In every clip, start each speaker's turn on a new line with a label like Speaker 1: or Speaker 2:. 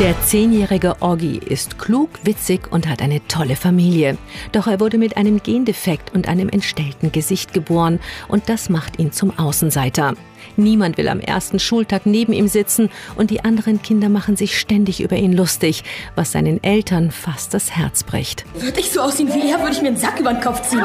Speaker 1: Der zehnjährige Oggi ist klug, witzig und hat eine tolle Familie. Doch er wurde mit einem Gendefekt und einem entstellten Gesicht geboren und das macht ihn zum Außenseiter. Niemand will am ersten Schultag neben ihm sitzen und die anderen Kinder machen sich ständig über ihn lustig, was seinen Eltern fast das Herz bricht.
Speaker 2: Würde ich so aussehen wie er, würde ich mir einen Sack über den Kopf ziehen.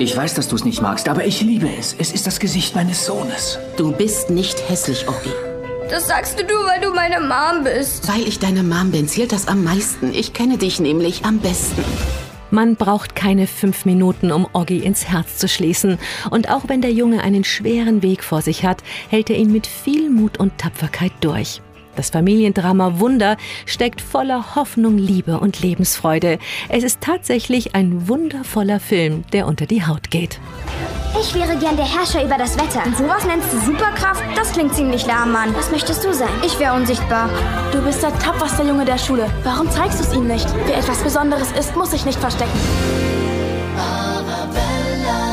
Speaker 3: Ich weiß, dass du es nicht magst, aber ich liebe es. Es ist das Gesicht meines Sohnes.
Speaker 4: Du bist nicht hässlich, Oggi.
Speaker 5: Das sagst du, weil du meine Mom bist.
Speaker 4: Weil ich deine Mom bin, zählt das am meisten. Ich kenne dich nämlich am besten.
Speaker 1: Man braucht keine fünf Minuten, um Oggi ins Herz zu schließen. Und auch wenn der Junge einen schweren Weg vor sich hat, hält er ihn mit viel Mut und Tapferkeit durch. Das Familiendrama Wunder steckt voller Hoffnung, Liebe und Lebensfreude. Es ist tatsächlich ein wundervoller Film, der unter die Haut geht.
Speaker 6: Ich wäre gern der Herrscher über das Wetter.
Speaker 5: Und sowas nennst du Superkraft? Das klingt ziemlich lahm, Mann.
Speaker 6: Was möchtest du sein?
Speaker 5: Ich wäre unsichtbar.
Speaker 7: Du bist der tapferste Junge der Schule. Warum zeigst du es ihm nicht? Wer etwas Besonderes ist, muss sich nicht verstecken. Arabella.